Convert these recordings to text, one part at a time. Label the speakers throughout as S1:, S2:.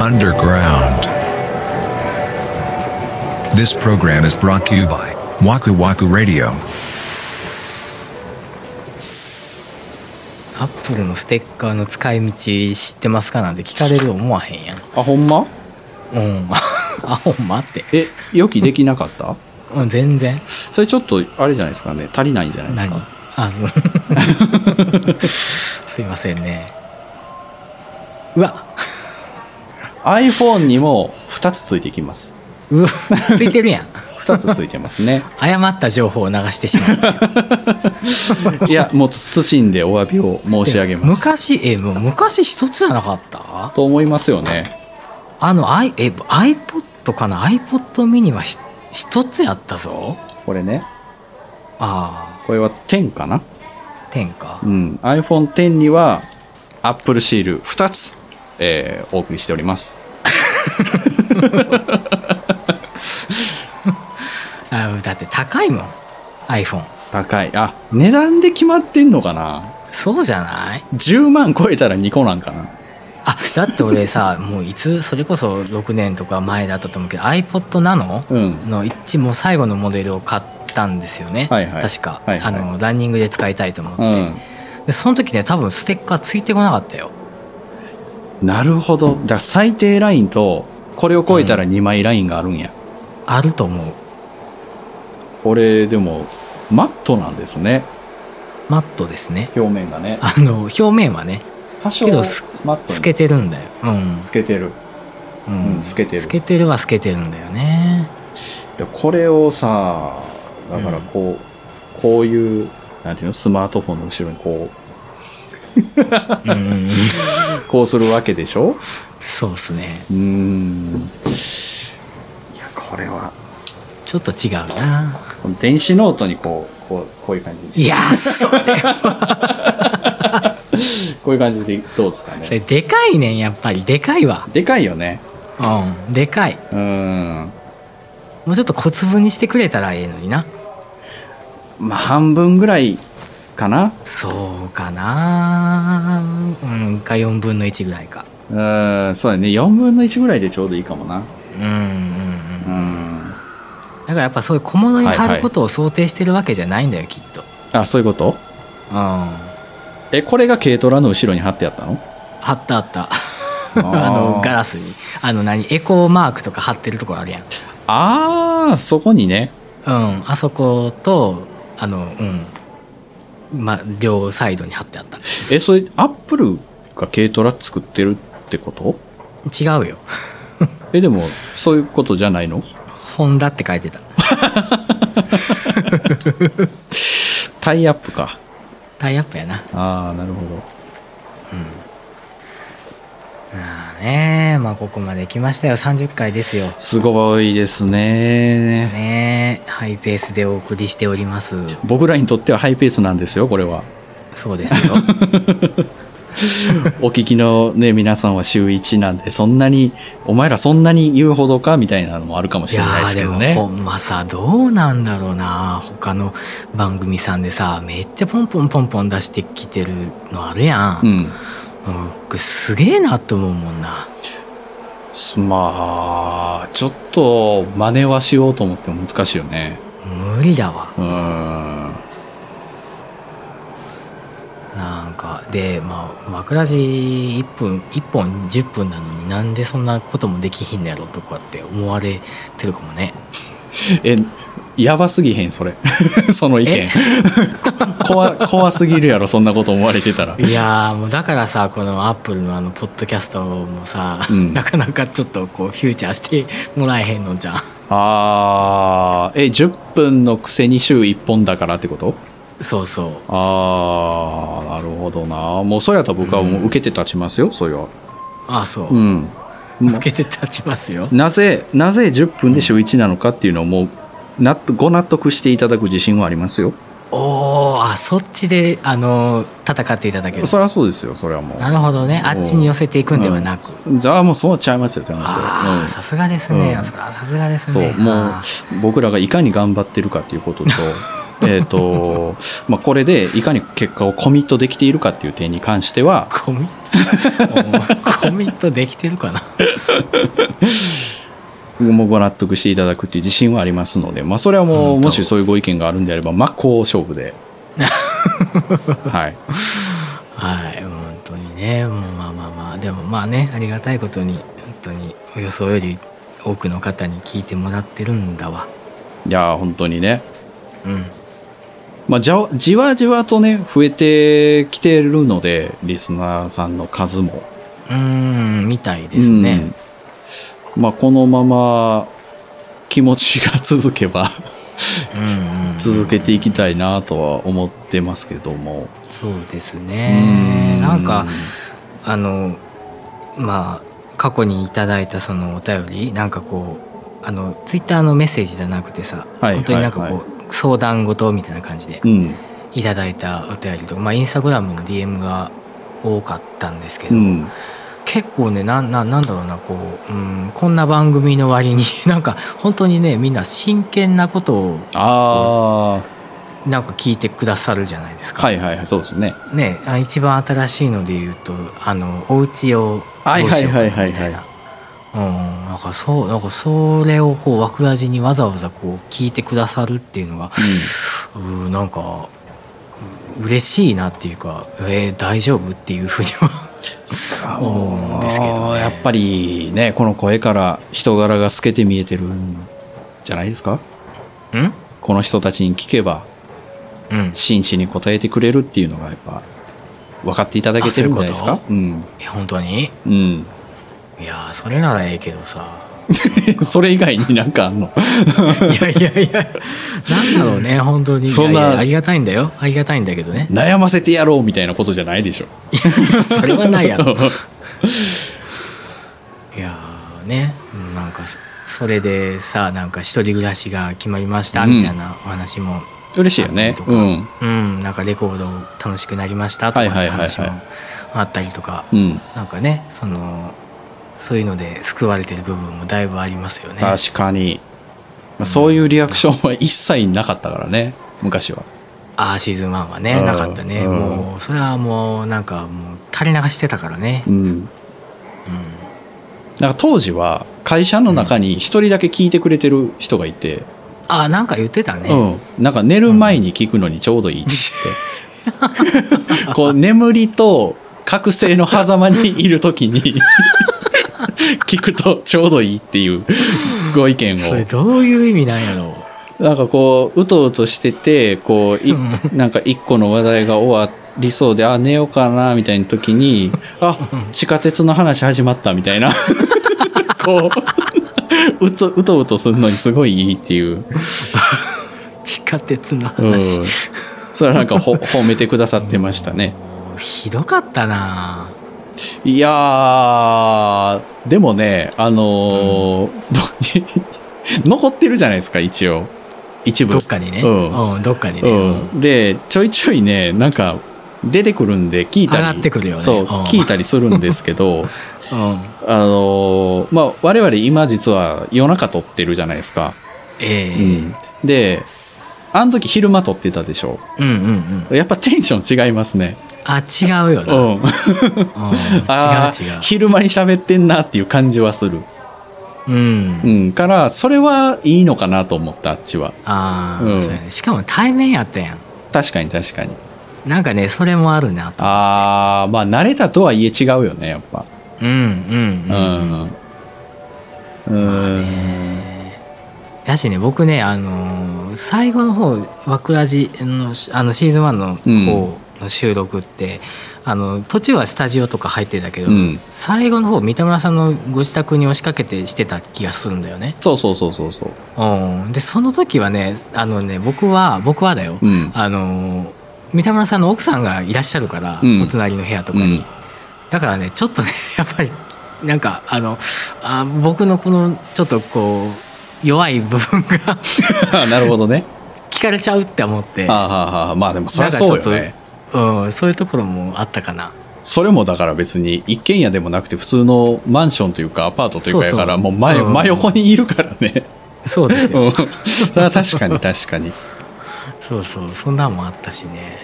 S1: Underground. This program is brought to you by Waku Waku Radio.
S2: アップルのステッカーの使い道知ってますかなんて聞かれる思わへんやん
S3: あほんま
S2: うんあほんまって
S3: え予期できなかった
S2: うん全然
S3: それちょっとあれじゃないですかね足りないんじゃないです
S2: 何
S3: か
S2: あの すいませんねうわ
S3: iPhone にも2つついてきます
S2: うわついてるやん
S3: 2つついてますね
S2: 誤った情報を流してしまう
S3: いやもうつ慎んでお詫びを申し上げます
S2: 昔えもう昔一つじゃなかった
S3: と思いますよね
S2: あの I え iPod かな iPod ミニはひ一つやったぞ
S3: これね
S2: あ
S3: これは10かな
S2: あ天か
S3: うん iPhone10 には Apple シール2つ、えーお送りしております
S2: あだって高いもん iPhone
S3: 高いあ値段で決まってんのかな
S2: そうじゃない
S3: 10万超えたら2個なんかな
S2: あだって俺 さもういつそれこそ6年とか前だったと思うけど iPod ナノ
S3: うん
S2: の一もう最後のモデルを買ったんですよね、
S3: はいはい
S2: 確か、
S3: はいはい
S2: あのランニングで使いたいと思って、
S3: うん
S2: でその時ね多分ステッカーついてこなかったよ
S3: なるほどだから最低ラインとこれを超えたら2枚ラインがあるんや、
S2: あると思う
S3: これでもマットなんですね
S2: マットですね
S3: 表面がね
S2: あの表面はね
S3: 多少
S2: けどす
S3: マットに
S2: 透けてるんだようん
S3: 透けてる
S2: うん
S3: うん透けてる
S2: 透けてるは透けてるんだよね
S3: いやこれをさだからこう、こういうなんていうのスマートフォンの後ろにこう
S2: うん
S3: こうするわけでしょ
S2: そうっすね
S3: うーんいやこれは
S2: ちょっと違うな
S3: この電子ノートにこうこうこういう感じです
S2: いやーそれ
S3: こういう感じでどうですか
S2: それ
S3: ね
S2: でかいねんやっぱりでかいわ
S3: でかいよね
S2: うんでかいう
S3: ーん
S2: もうちょっと小粒にしてくれたらええのにな
S3: まあ半分ぐらいかな
S2: そうかなうんか4分の1ぐらいか
S3: うーんそうだね4分の1ぐらいでちょうどいいかもな
S2: うんうんうん
S3: うーん
S2: だからやっぱそういう小物に
S3: はい
S2: 貼
S3: はい
S2: ることを想定してるわけじゃないんだよ、きっと
S3: あそういうこと
S2: うん
S3: えこれが軽トラの後ろに貼ってあったの
S2: 貼ったあった あ
S3: あ
S2: の
S3: ー
S2: ガラスにあの何エコーマークとか貼ってるとこあるやん
S3: あーそこにね
S2: うんあそことあのうんまあ両サイドに貼ってあった
S3: えそれアップルが軽トラ作ってるってこと
S2: 違うよ
S3: えでもそういうことじゃないの
S2: ホンダって書いてた
S3: タイアップか
S2: タイアップやな
S3: ああなるほど
S2: まあねまあここまで来ましたよ30回ですよ
S3: すごいですね
S2: ねえハイペースでお送りしております
S3: 僕らにとってはハイペースなんですよこれは
S2: そうです よ
S3: お聞きのね、皆さんは週1なんで、そんなに、お前らそんなに言うほどかみたいなのもあるかも
S2: い
S3: しれ
S2: や
S3: ないで
S2: ー
S3: すけ
S2: で
S3: ど
S2: も
S3: ね。
S2: ほんまさどうなんだろうな他の番組さんでさめっちゃポンポンポンポン出してきてるのあるや、
S3: うんん。
S2: うん、僕すげえなと思うもんな
S3: すまあ、ちょっと、真似はしようと思っても難しいよね。
S2: 無理だわ
S3: うーん。
S2: なんかでまあ枕地1分1本10分なのになんでそんなこともできひんのやろとかって思われてるかもね
S3: え、やばすぎへん、それ。 その意見
S2: え。
S3: 怖、怖すぎるやろ、そんなこと思われてたら。
S2: いやーもうだからさこのアップルのあのポッドキャストもさ、
S3: うん
S2: なかなかちょっとこうフューチャーしてもらえへんのじ ゃん
S3: あー、え、10分のくせに週1本だからってこと
S2: そうそう
S3: あー、なるほどな。もう、それやったら僕はもう受けて立ちますよ、それは。
S2: あそうう、
S3: ん。もう
S2: 受けて立ちますよ
S3: なぜ、なぜ10分で週1なのかっていうのをもう、納得ご納得していただく自信はありますよ。
S2: おおあそっちであの戦っていただける
S3: そりゃそうですよ、それはもう。
S2: なるほどねあっちに寄せていくんではなく、
S3: うんじゃあもうそうなっちゃいますよって話
S2: ああ、
S3: で
S2: さすがですね、
S3: うん
S2: そらさすがです
S3: すよ。う
S2: ね
S3: ん。そう、もう
S2: あー、
S3: 僕らがいかに頑張ってるかっていう ことと、えっと、まあ、これでいかに結果をコミットできているかっていう点に関しては、
S2: コミットコミットできてるかな
S3: もうご納得していただくっていう自信はありますので、まあ、それはもう、もしそういうご意見があるんであれば、真っ向勝負 で。はい。
S2: はい本当にねもうまあまあまあでもまあねありがたいことに本当にお予想より多くの方に聞いてもらってるんだわ
S3: いやー、本当にね。
S2: うん
S3: まあ、じゃじわじわとね、増えてきてるので、リスナーさんの数も。
S2: うーんみたいですね、
S3: うん。まあ、このまま気持ちが続けば、
S2: うんうん
S3: 続けていきたいなとは思ってますけども。
S2: そうですね
S3: う
S2: なんかあのまあ過去にいただいたそのお便りなんかこうあのツイッターのメッセージじゃなくてさ、
S3: はい
S2: 本当になんかこう、
S3: は
S2: 相談事みたいな感じで
S3: うん。
S2: いただいたお便りとか、まあ、インスタグラムの DM が多かったんですけ
S3: う
S2: ど、
S3: ん。
S2: 結構ねなんなんなんだろうなこう、うん、こんな番組の割に なんか本当にねみんな真剣なことを
S3: あ
S2: なんか聞いてくださるじゃないです
S3: あ、
S2: か。
S3: はいはいはい、そうですね。
S2: ね、あ一番新しいので言うとあのお家をどうしようか
S3: はいはいはいは
S2: ないみたいなうんなんかそうなんかそれをこう枠ラジにわざわざこう聞いてくださるっていうのが、うーなんかう嬉しいなっていうかえー大丈夫っていうふうには思うんですけど、
S3: あー
S2: ね、
S3: やっぱりね、この声から人柄が透けて見えてるんじゃないですか
S2: うん
S3: この人たちに聞けば、
S2: うん
S3: 真摯に答えてくれるっていうのがやっぱ、分かっていただけてるんじゃないです
S2: あ
S3: か
S2: そう
S3: うん。
S2: え本当に
S3: うん。
S2: いやーそれならええけどさ
S3: それ以外になん かあんの
S2: いやいやいやなんだろうね本当に
S3: そんない
S2: やいやありがたいんだよありがたいんだけどね
S3: 悩ませてやろうみたいなことじゃ ないでしょ。
S2: それはないやろいやーねうんなんかそそれでさなんか一人暮らしが決まりました
S3: うん
S2: みたいなお話も、
S3: 嬉しいよね。うん。
S2: うんなんかレコード楽しくなりましたとか
S3: はいいうはいはいはい
S2: 話もあったりとか、
S3: うん。
S2: なんかねそのそういうので救われてる部分もだいぶありますよね。
S3: 確かに。まあそういうリアクションは一切なかったからね、昔は。
S2: ああシーズン1はね
S3: うん
S2: なかったね、
S3: うん
S2: もうそれはもうなんかもう垂れ流してたからね
S3: う。ん。なんか当時は会社の中に一人だけ聞いてくれてる人がいて、
S2: ああなんか言ってたね。
S3: うん、なんか寝る前に聞くのにちょうどいいって言ってこう眠りと覚醒の狭間にいる時に聞くとちょうどいいっていうご意見
S2: それ
S3: を
S2: どういう意味なんやろ
S3: なんかこううとうとしててこういなんか一個の話題が終わりそうであ寝ようかなみたいな時にあ地下鉄の話始まったみたいなこううとうとうとするのにすごいいいっていう。
S2: う地下鉄の
S3: うん
S2: 話、、
S3: それはなん かほ褒めてくださってましたね
S2: ひどかったない
S3: やーでもねあのー 残ってるじゃないですか一応一部
S2: どっかにね、
S3: うん
S2: うんどっかにね、
S3: うん、でちょいちょいねなんか出てくるんで聞いたり
S2: 上がってくるよね
S3: そう
S2: うん
S3: 聞いたりするんですけ ど
S2: うん
S3: あのーまあ我々今実は夜中撮ってるじゃないですか、
S2: ええ
S3: うん、であの時昼間撮ってたでしょ
S2: うんうんうん
S3: やっぱテンション違いますね
S2: あ違うよな、
S3: う
S2: うん、違うん
S3: あ
S2: 違
S3: ー昼間に喋ってんなっていう感じはする、
S2: ううん
S3: うん、からそれはいいのかなと思ったあっちは
S2: ああ、
S3: うん
S2: そうやねしかも対面やったやん
S3: 確かに確かに
S2: なんかねそれもあるなと
S3: ああまあ慣れたとはいえ違うよねやっぱ
S2: うんうん
S3: う
S2: うん、
S3: んうん
S2: やしね僕ねあのー最後の方枕地のあのシーズン1の方の収録って、あの途中はスタジオとか入ってたけど、
S3: うん
S2: 最後の方三田村さんのご自宅に押しかけてしてた気がするんだよね。
S3: そうそうそうそうそう
S2: うん、でその時はねあのね僕は僕はだよ、
S3: うん
S2: あのー三田村さんの奥さんがいらっしゃるから、
S3: うん
S2: お隣の部屋とかに、
S3: うん
S2: だからねちょっとね やっぱりなんかあのあ僕のこのちょっとこう弱い部分が
S3: なるほどね
S2: 聞かれちゃうって思って
S3: あーはーはーまあでもそり
S2: な
S3: ゃ
S2: んか
S3: そうよね
S2: ちょっと、うん、そういうところもあったかな
S3: それもだから別に一軒家でもなくて普通のマンションというかアパートというかやから
S2: そう
S3: も
S2: そう
S3: う前
S2: うん
S3: 真横にいるからね
S2: そうで
S3: うん
S2: すよ、
S3: それは確かに確かに
S2: そうそうそんなんもあったしね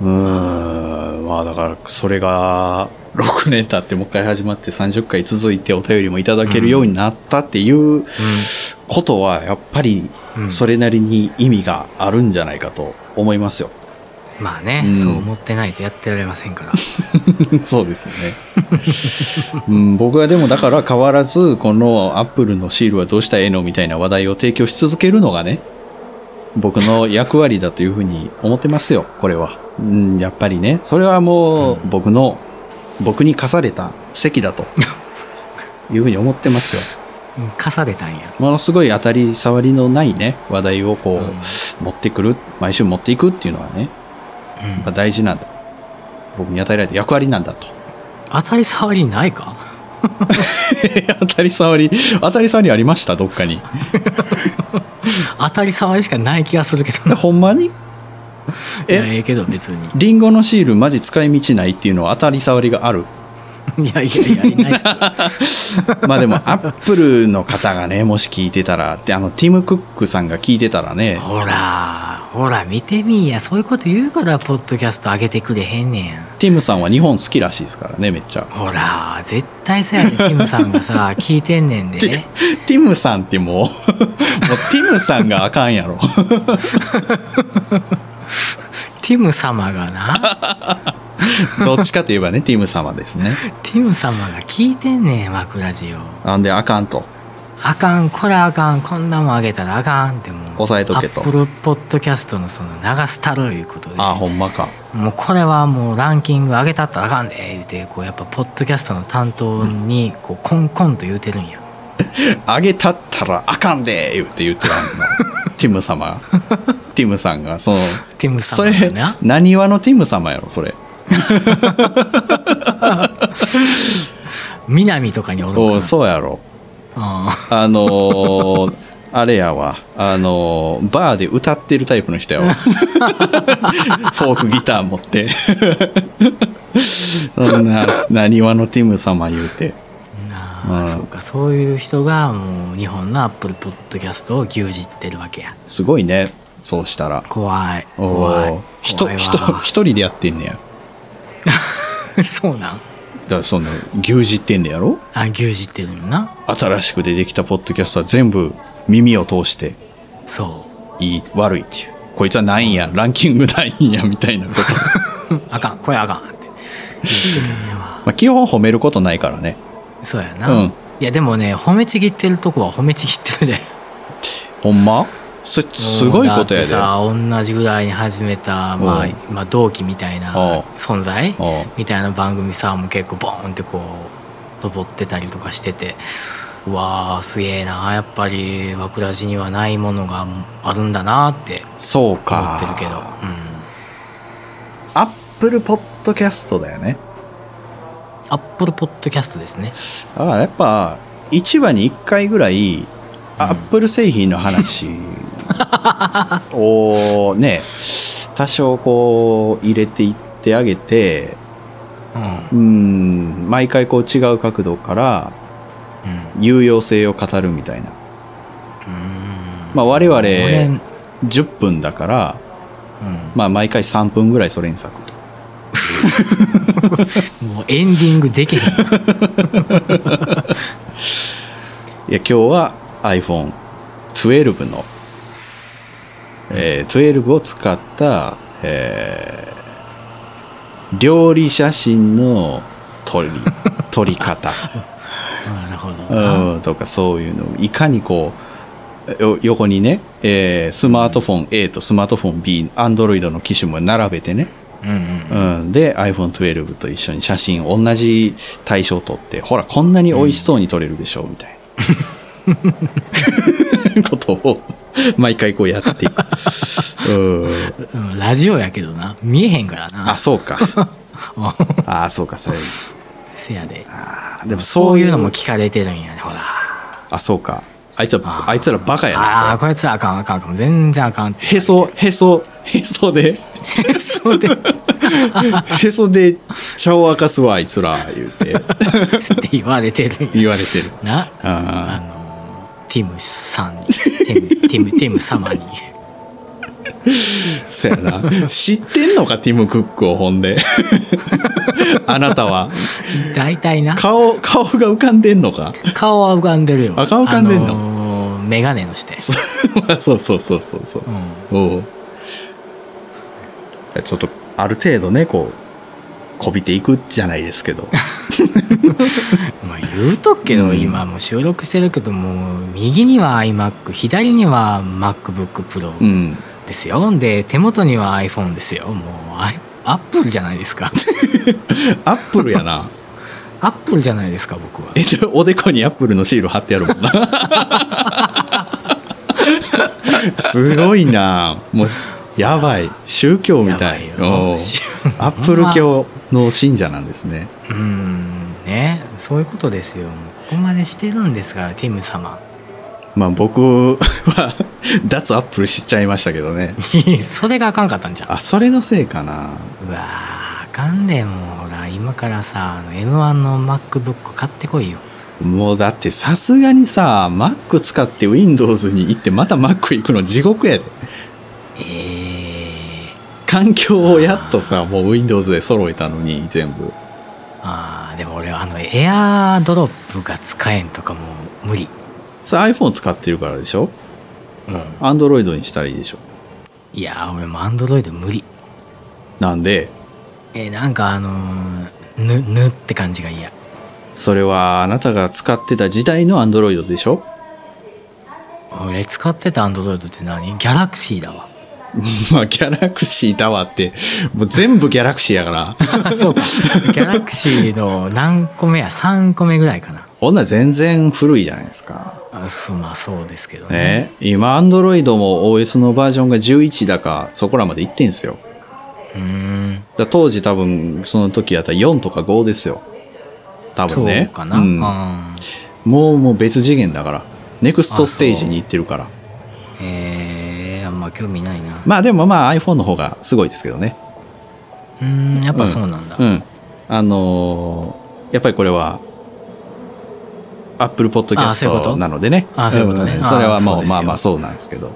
S3: うーんまあだからそれが6年経ってもう一回始まって30回続いてお便りもいただけるようになったっていうことは、やっぱり
S2: うん
S3: それなりに意味があるんじゃないかと思いますよ。
S2: まあね、
S3: うん
S2: そう思ってないとやってられませんから。
S3: そうですね、うん。僕はでもだから変わらず、このアップルのシールはどうしたらええのみたいな話題を提供し続けるのがね、僕の役割だというふうに思ってますよ、これは。うん、やっぱりね、それはもう僕の、僕に課された席 だというふうに思ってますよ。
S2: うんかされたんや。
S3: ものすごい当たり障りのないね、話題をこう、
S2: うん
S3: 持ってくる、毎週持っていくっていうのはね、
S2: うん
S3: やっぱ大事なんだ。僕に与えられた役割なんだと。
S2: 当たり障りないか
S3: 当たり障り、当たり障りありました、どっかに。
S2: 当たり障りしかない気がするけど
S3: え。ほんまに
S2: い
S3: え
S2: や、ええけど別に。
S3: リンゴのシール、マジ使い道ないっていうのは当たり障りがある。
S2: いやいやいや、いないっすよ。
S3: まあでも、アップルの方がね、もし聞いてたら、で、あの、ティム・クックさんが聞いてたらね、
S2: ほら、ほら、見てみいや。そういうこと言うから、ポッドキャスト上げてくれへんねん。
S3: ティムさんは日本好きらしいですからね、めっちゃ。
S2: ほら、絶対さやで、ティムさんが さ、聞いてんねんで。
S3: ティムさんってもう、 もうティムさんがあかんやろ。
S2: ティム様がな、
S3: どっちかといえばね、ティム様ですね。
S2: ティム様が聞いてんねん、ワクラジオ。
S3: なんで、あかんと。
S2: あかん、こらあかん、こんなもんあげたらあかんってもう。
S3: 抑えとけと
S2: アップルポッドキャストのその流したるいうことで。
S3: ああ、ほんまか。
S2: もうこれはもうランキング上げたったらあかんで言うてこうやっぱポッドキャストの担当にこうコンコンと言うてるんや
S3: あげたったらあかんで言って言ってたのティ ム様がティムさんがその
S2: ティム
S3: そ
S2: 様が
S3: れ
S2: な
S3: 何話のティム様やろそれ
S2: 南とかにおるから
S3: おうそうやろ
S2: う
S3: あの ーあれやわあのーバーで歌ってるタイプの人 やわフォークギター持って そんな何話のティム様言うて
S2: んな
S3: う
S2: あ
S3: ん
S2: そうかそういう人がもう日本のアップルポッドキャストを牛耳ってるわけや
S3: すごいねそうしたら
S2: 怖い
S3: お
S2: 怖い
S3: お人
S2: 怖いわ
S3: 人一人でやってんねやだ か
S2: そうなん
S3: らその牛耳ってんねやろ
S2: あ牛耳ってるのな
S3: 新しく出てきたポッドキャストは全部耳を通して
S2: そ
S3: いい悪いっていうこいつはないんやランキングないんやみたいなこと
S2: うあかんこれあかんって言ってるんやわ
S3: まあ基本褒めることないからね
S2: そうやな、
S3: うん
S2: いやでもね褒めちぎってるとこは褒めちぎってるで
S3: ほんまそれすごいことや
S2: だって
S3: で
S2: さ同じぐらいに始めた、まあ
S3: うん
S2: まあ、同期みたいな
S3: うん
S2: 存在
S3: うん
S2: みたいな番組さもう結構ボーンってこう登ってたりとかしててうわーすげえなやっぱり和倉寺にはないものがあるんだなって
S3: そう
S2: 思
S3: か
S2: ってるけど、うん、
S3: アップルポッドキャストだよね
S2: アップルポッドキャストですね
S3: だからやっぱ1話に1回ぐらいアップル製品 の話をね多少こう入れていってあげて
S2: うんうん
S3: うん毎回こう違う角度から有用性を語るみたいな。
S2: うん
S3: まあ我々
S2: 俺
S3: 10分だから、
S2: う
S3: まあ毎回3分ぐらいそれに咲くと。
S2: ん、もうエンディングできへん
S3: いや、今日は iPhone12 の、えー12を使った、えー料理写真の撮り、撮り方。
S2: なるほどな、
S3: うん、とかそういうのをいかにこうよ横にね、えースマートフォン A とスマートフォン B アンドロイドの機種も並べてね、
S2: うんうん
S3: うん、で iPhone12 と一緒に写真同じ対象撮ってほらこんなに美味しそうに撮れるでしょ、みたいなことを毎回こうやっていく、うん、
S2: うんラジオやけどな見えへんからな
S3: あそう かあそうかそういう
S2: せやで
S3: あでも
S2: そ
S3: そうう
S2: い
S3: いうう
S2: の
S3: の
S2: も
S3: も
S2: 聞かれてるんやねほら
S3: あそうかあいつ
S2: あ
S3: らあいつらバカやな
S2: ああーこいつはあかんあかんあかん全然あかん って
S3: へそへそへそ で
S2: そうでっ
S3: へそで茶を明かすわあいつら言うて
S2: て言われてるんや
S3: 言われてる
S2: な
S3: あ
S2: あのーティムさんにティムティムティム様に
S3: そやな。知ってんのか、ティム・クックをほんで。 あなたは。
S2: 大体な
S3: 顔、顔が浮かんでんのか。
S2: 顔は浮かんでるよ
S3: あ顔浮かんでんの
S2: あのー、眼鏡のして
S3: そまあそうそうそうそうそう。おうちょっと、ある程度ね、こう、こびていくじゃないですけど。
S2: まあ言うとくけど、
S3: うん
S2: 今もう収録してるけどもう右には iMac 左には MacBookPro
S3: うん。
S2: ですよ、で手元には iPhone ですよもうアイアップルじゃないです か
S3: アップルやな。
S2: アップルじゃないですか僕は
S3: え、じゃあおでこにアップルのシール貼ってやるもんな。すごいなもう、やばい。宗教みたい。
S2: やばいよ
S3: おうアップル教の信者なんですね。
S2: うんねそういうことですよもうここまでしてるんですからティム様
S3: まあ僕は、脱アップルしちゃいましたけどね。
S2: それがあかんかったんじゃん
S3: あ、それのせいかな
S2: うわーあかんでもうほら今からさあの M1 の MacBook 買ってこいよ
S3: もうだってさすがにさ、Mac 使って Windows に行ってまた Mac 行くの地獄やで。
S2: えー、
S3: 環境をやっとさ、もう Windows で揃えたのに全部。
S2: あーでも俺はあのエアードロップが使えんとかもう無理
S3: さ iPhone 使ってるからでしょ
S2: うん
S3: アンドロイドにしたらいいでしょ
S2: いやー俺もアンドロイド無理
S3: なんで
S2: えーなんかあのーぬぬって感じが嫌
S3: それはあなたが使ってた時代のアンドロイドでしょ
S2: 俺使ってたアンドロイドって何ギャラクシーだわ
S3: まあギャラクシーだわってもう全部ギャラクシーやから
S2: あそうかギャラクシーの何個目や3個目ぐらいかな
S3: 女全然古いじゃないですか
S2: あそうまあそうですけどね
S3: ね今アンドロイドも OS のバージョンが11だかそこらまでいってんすよ
S2: うーん
S3: だ当時多分その時やったら4とか5ですよ多
S2: そ
S3: 分ね
S2: うかな、
S3: ん
S2: うん
S3: もうもう別次元だからネクストステージに行ってるから
S2: えー、あんま興味ないな
S3: まあでもまあ iPhone の方がすごいですけどね
S2: うーんやっぱそうなんだ、
S3: うん。あのーやっぱりこれは、アップルポッドキャ
S2: あ
S3: ス
S2: そういうこと
S3: トなのでね。
S2: あそういうことね
S3: ん
S2: あ
S3: それは
S2: そう
S3: もう、
S2: ですよ
S3: まあまあそうなんですけど。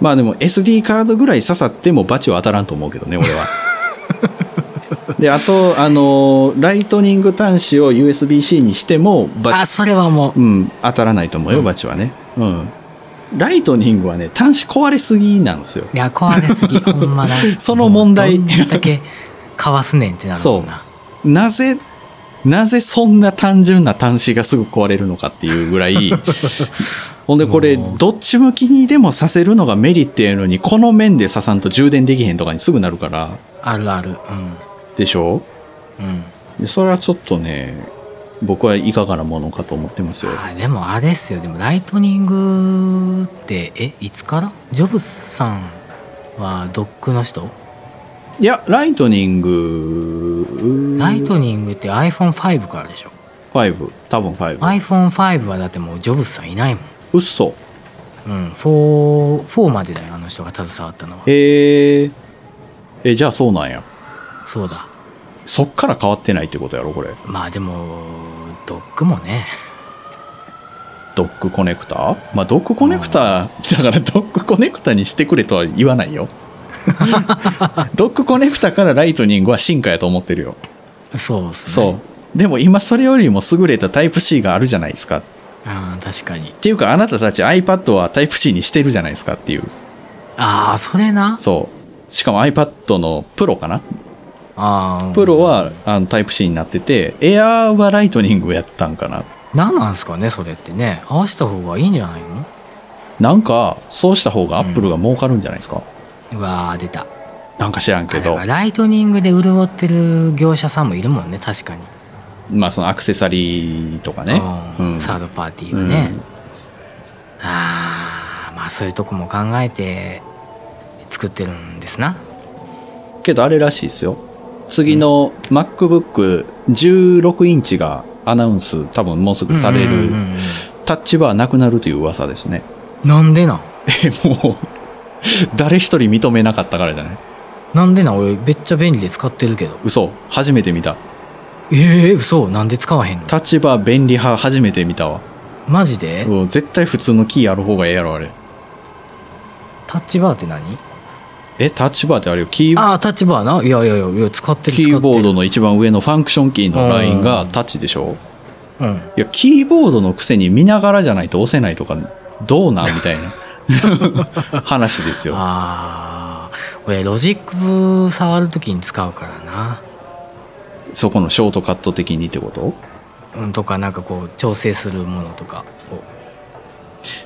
S3: まあでも SD カードぐらい刺さってもバチは当たらんと思うけどね、俺 は。で、あと、あのーライトニング端子を USB-C にしても、バ
S2: あそれはもう
S3: うん、当たらないと思うよ、バチはね。うん。ライトニングはね、端子壊れすぎなんですよ。
S2: いや壊れすぎほんまな
S3: その問題
S2: もうどんだけかわすねんってなるもんな
S3: なぜ、なぜそんな単純な端子がすぐ壊れるのかっていうぐらい、 ほんでこれ、どっち向きにでもさせるのがメリットやのに、この面で刺さんと充電できへんとかにすぐなるから、
S2: あるある
S3: でしょ
S2: うんうん
S3: でそれはちょっとね、僕はいかがなものかと思ってますよ。
S2: あでもあれですよでもライトニングってえいつからジョブズさんはドックの人
S3: いや、ライトニング、
S2: ライトニングって iPhone5 からでしょ
S3: 5、多分5。
S2: iPhone5 はだってもうジョブズさんいないもん
S3: 嘘。
S2: うん、4, 4までだよあの人が携わったのは
S3: えー、え、じゃあそうなんや。
S2: そうだ
S3: そっから変わってないってことやろ、これ。
S2: まあでもドックもね
S3: ドックコネクターまあドックコネクターだからドックコネクタにしてくれとは言わない よドックコネクタからライトニングは進化やと思ってるよ
S2: そうっすね
S3: そうでも今それよりも優れたタイプ C があるじゃないですかっ
S2: うん確かに
S3: ていうかあなたたち iPad はタイプ C にしてるじゃないですかっていう
S2: ああそれな
S3: そうしかも iPad のプロかな
S2: ああ
S3: プロはあのタイプ C になってて Air はライトニングやったんかな
S2: 何なんすかねそれってね合わせた方がいいんじゃないの
S3: なんかそうした方が Apple が儲かるんじゃないですか、
S2: うわー出た
S3: なんか知らんけ
S2: あだ
S3: ど
S2: からライトニングで潤ってる業者さんもいるもんね確かに
S3: まあそのアクセサリーとかね。
S2: うん
S3: うん
S2: サードパーティーはね、
S3: うん
S2: ああまあそういうとこも考えて作ってるんですな
S3: けどあれらしいですよ。次の MacBook16 インチがアナウンス多分もうすぐされ
S2: うんうんう
S3: る
S2: んうん
S3: タッチバーなくなるという噂ですね。
S2: なんでなん
S3: え、もう、誰一人認めなかったからじゃない
S2: なんでなん俺めっちゃ便利で使ってるけど
S3: 嘘。初めて見た。
S2: ええ嘘なんで使わへんの
S3: タッチバー便利派初めて見たわ。
S2: マジで
S3: うん絶対普通のキーある方がええやろ、あれ。
S2: タッチバーって何
S3: え、タッチバーってあれよ、キー
S2: ああタッチバーないやいやいやいや使ってる使
S3: キ
S2: ってる
S3: ーボードの一番上のファンクションキーのラインが
S2: うん
S3: タッチでしょ
S2: うん
S3: いや、キーボードのくせに見ながらじゃないと押せないとか、どうなんみたいな 話ですよ。
S2: ああ俺ロジック触るときに使うからな
S3: そこのショートカット的にってこと
S2: うんとかなんかこう調整するものとかを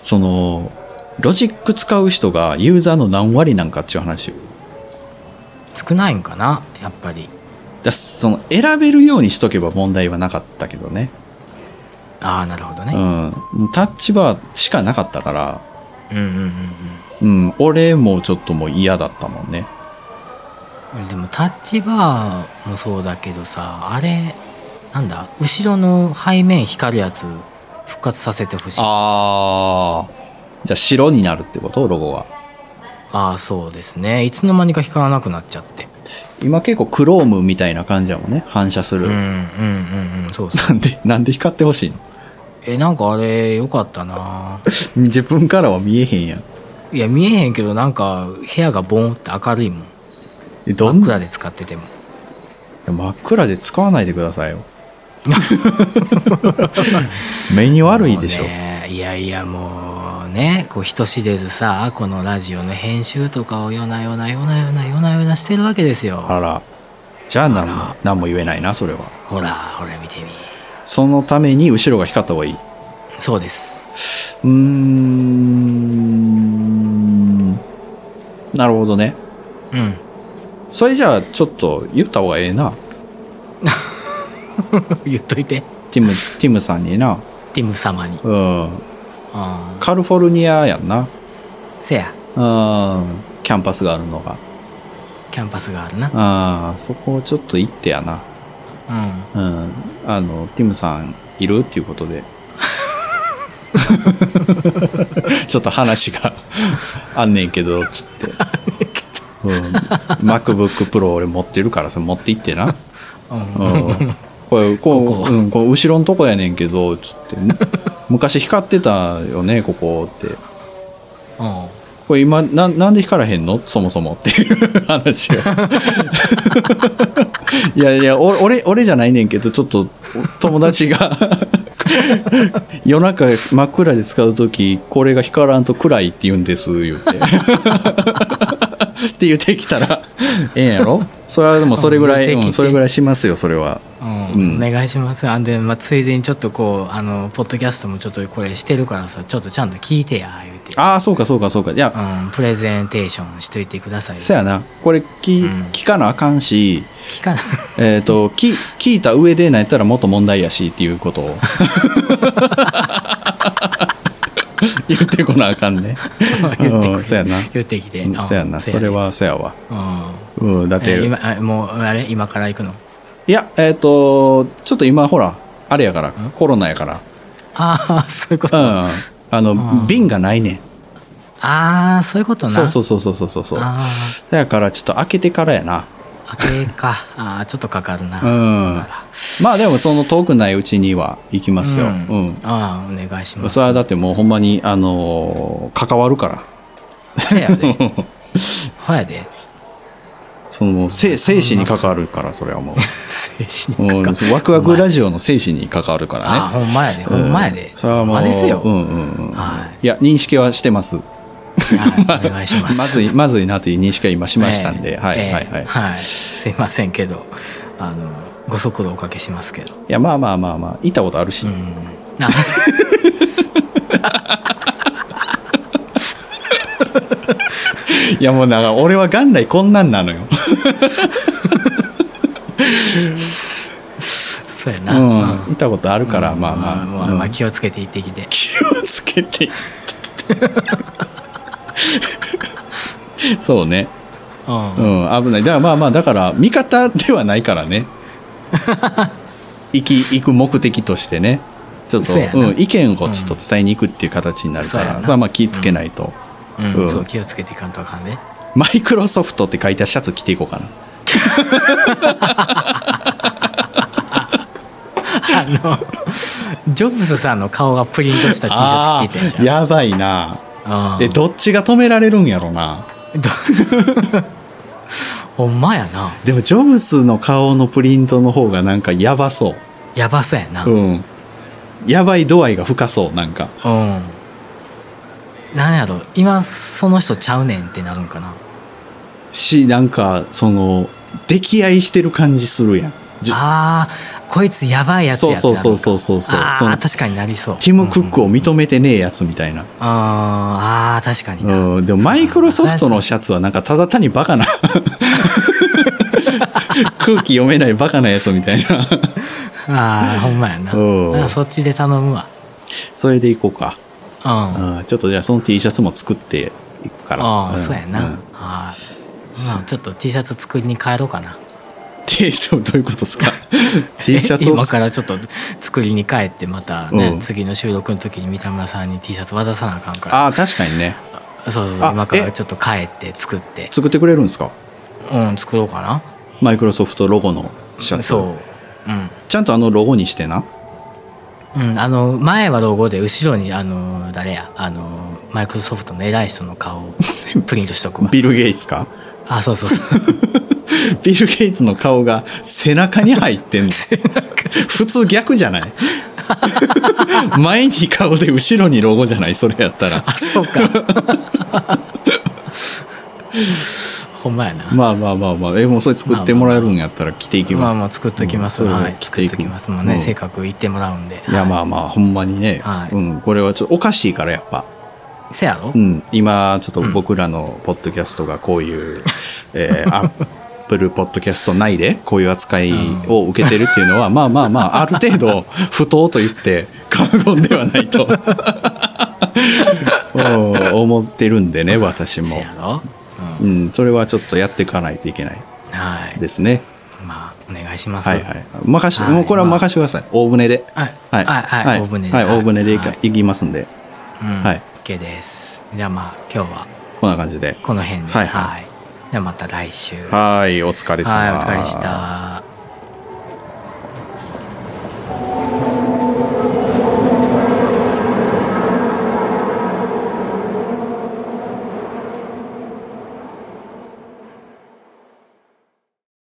S3: その、ロジック使う人がユーザーの何割なんかっていう話よ
S2: 少ないんかなやっぱり
S3: だその選べるようにしとけば問題はなかったけどね。
S2: ああなるほど
S3: う
S2: ね、
S3: ん。タッチバーしかなかったから、
S2: うん、うんうんうん
S3: うん。俺もちょっともう嫌だったもんね。
S2: でもタッチバーもそうだけどさあれなんだ後ろの背面光るやつ復活させてほしいあ
S3: あー。じゃあ白になるってことロゴが。
S2: あーそうですねいつの間にか光らなくなっちゃって
S3: 今結構クロームみたいな感じやもんね。反射す
S2: う
S3: る。
S2: んうんうんうんそう そう
S3: なんで、なんで光ってほしいの
S2: えなんかあれ良かったな
S3: 自分からは見えへんやん。
S2: いや見えへんけどなんか部屋がボンって明るいもん
S3: えど
S2: 真
S3: ん
S2: っ
S3: な
S2: 暗で使ってても
S3: 真っ暗で使わないでくださいよ。 目に悪いでしょ。
S2: もうねいやいやもうねこう人知れずさこのラジオの編集とかを夜な夜な夜な夜な夜な夜なしてるわけですよ
S3: あら。じゃあ何も、何も言えないな、それは。
S2: ほらほら見てみ
S3: そのために後ろが光った方がいい。う
S2: そうです
S3: ーん。なるほどね。
S2: うん
S3: それじゃあ、ちょっと言った方がええな。
S2: 言っといて
S3: ティム、ティムさんにな。
S2: ティム様に
S3: うん。
S2: うん
S3: カリフォルニアやんな。うん。
S2: せや
S3: キャンパスがあるのが。
S2: キャンパスがあるな
S3: ああ、そこをちょっと行ってやな。
S2: うん
S3: うん。あの、ティムさんいるっていうこと で。ちょっと話があんねんけど、つって。うん、MacBook Pro 俺持ってるからそれ持って行ってな、うん、これこう、うん、こう後ろのとこやねんけどつって昔光ってたよねここって
S2: うん
S3: これ今ななんで光らへんのそもそもっていう話 をいやいやお俺俺じゃないねんけどちょっと友達が夜中真っ暗で使う時これが光らんと暗いって言うんです言うてって言ってきたらええんやろそれはでもそれぐらい、
S2: うん
S3: うんそれぐらいしますよそれは
S2: うん、お願いしますあんで、まあ、ついでにちょっとこうあのポッドキャストもちょっとこれしてるからさちょっとちゃんと聞いてや言うて
S3: ああそうかそうかそうかいや、
S2: うん、プレゼンテーションしといてください
S3: そやなこれ聞,、
S2: うん
S3: 聞かなあかんし
S2: 聞かない
S3: えっ、と、き聞いた上でなんやったらもっと問題やしっていうことを。 言ってこなあかんね。
S2: 言ってくれ
S3: うんそうやな
S2: 言ってきて
S3: うんそやな、それ、はそやわ。
S2: うんうん
S3: うん、だって、
S2: え今あもうあれ今から行くの
S3: いや、えっ、と、ちょっと今ほら、あれやから、コロナやから、
S2: ああそういうこと、あ
S3: うん、あの、瓶がないね
S2: あそういうこと
S3: ん。
S2: な
S3: そうそううそうそうそうそう。
S2: あ
S3: だからちょっと開けてからやな。
S2: あ明けかああちょっとかかるな、
S3: うん。まあでもその遠くないうちには行きますよ。
S2: うん
S3: うん
S2: ああお願いします
S3: それはだってもうほんまに、あのー関わるから。
S2: せや でほやで
S3: その、生生死に関わるから、それ はもう。
S2: 精神
S3: うん、
S2: にかか
S3: そうワクワクラジオの生死に関わるか
S2: ああ
S3: ら
S2: ほ
S3: ね。
S2: んまやでほんまやで、
S3: うそれはもう。
S2: ほんまですよ、
S3: うんうんうん。
S2: はい
S3: や、認識はしてます。
S2: いはいお願いしま
S3: ますずい、まずいなという認識は今しましたんで、はい
S2: ええ
S3: はいはい。い
S2: はいすいませんけどあのご足労おかけしますけど
S3: や、まあまあまあまあ、行ったことあるし。
S2: あ
S3: いや、もうなんか、俺は元来こんなんなのよ。
S2: そうや
S3: う
S2: な、
S3: ん。
S2: うん
S3: 行ったことあるから、まあま
S2: ま
S3: あ。
S2: あまあ
S3: うん
S2: まあ気をつけて行ってきて
S3: 気をつけて そうね
S2: うん
S3: う
S2: うん
S3: ん危ないだからまあまあだから味方ではないから ね行き行く目的としてねちょっと
S2: そうやな
S3: うん、意見をちょっと伝えに行くっていう形になるか
S2: そうや
S3: ら、
S2: な
S3: それはまあ気ぃつけないと、うん
S2: そう気をつけていかんとあかんね
S3: マイクロソフトって書いたシャツ着ていこうかな
S2: あの ジョブズさんの顔がプリントした T シャツ着ていたんじゃん
S3: やばいな
S2: あ
S3: えどっちが止められるんやろな
S2: ほんまやな
S3: でもジョブスの顔のプリントの方がなんかやばそ
S2: やばそうやな
S3: ううんやばい度合いが深そうなんか
S2: うん、なんやろ今その人ちゃうねんってなるんかな
S3: しなんかその溺愛してる感じするやんじ
S2: あーこいつやばいやつやってなるんか
S3: そうそうそうそうそう
S2: あ
S3: その
S2: ー確かになりそう
S3: ティム・クック
S2: うん
S3: を認めてねえやつみたいな、
S2: あーあー確かにな、
S3: うん、でもマイクロソフトのシャツはなんかただ単にバカな空気読めないバカなやつみたいな
S2: ああほんまやな
S3: うん
S2: なんかそっちで頼むわ
S3: それでいこうか、
S2: うん
S3: うん、ちょっとじゃあその T シャツも作っていくから
S2: ああ、
S3: ん
S2: そうやな、
S3: ん
S2: はいまあちょっと T シャツ作りに帰ろうかな
S3: ってどういうことで すか ?T シャツを
S2: 今
S3: 作
S2: か
S3: る
S2: らちょっと作りに帰ってまたね、
S3: うん
S2: 次の収録の時に三田村さんに T シャツ渡さなあかんから
S3: ああ確かにね
S2: そうそうそう
S3: あ
S2: 今から
S3: え
S2: ちょっと帰って作って
S3: 作ってくれるんですか
S2: うん作ろうかな
S3: マイクロソフトロゴのシャツ
S2: そう
S3: ちゃんとあのロゴにしてな
S2: うん、うん、あの前はロゴで後ろにあの誰やあのマイクロソフトの偉い人の顔 をプリントしとくわ
S3: ビル・ゲイツか
S2: あそうそうそう
S3: ビル・ゲイツの顔が背中に入ってんの普通逆じ ゃない前に顔で後ろにロゴじゃないそれやったら
S2: あそう かほんまやな
S3: まあまあまあまあえもうそれ作ってもらえるんやったら着ていき
S2: ま
S3: ます
S2: あまあ作っときます、
S3: うん
S2: はい
S3: そ
S2: 作
S3: れ
S2: っ
S3: で着
S2: と
S3: てい
S2: き
S3: く
S2: ますもんね、
S3: うん
S2: 性格言ってもらうんで
S3: いや
S2: は
S3: まあまあほんまにね、
S2: はい
S3: うん、これはちょっとおかしいからやっぱ
S2: せやろ、
S3: うん、今ちょっと僕らのポッドキャストがこ ういう、えー、アップルポッドキャスト内でこういう扱いを受けてるっていうのは、まあまあまあある 程度不当と言って過言ではないとうん思ってるんでね私
S2: せ
S3: も、
S2: やろ、うん
S3: うん、それはちょっとやっていかないといけない
S2: はい
S3: ですね
S2: まあお願いします
S3: はいはい任し、
S2: はい
S3: もうこれは任してください大船で
S2: はい
S3: はい
S2: はいはい
S3: はい
S2: 大船で
S3: はい大船でいか
S2: はい
S3: いきますんで
S2: うん
S3: はい
S2: OK ですじゃあまあ今日は
S3: こんな感じで
S2: この辺で
S3: は
S2: はいい、
S3: はい
S2: じゃあまた来週
S3: はいお疲れ様
S2: はいお疲れでした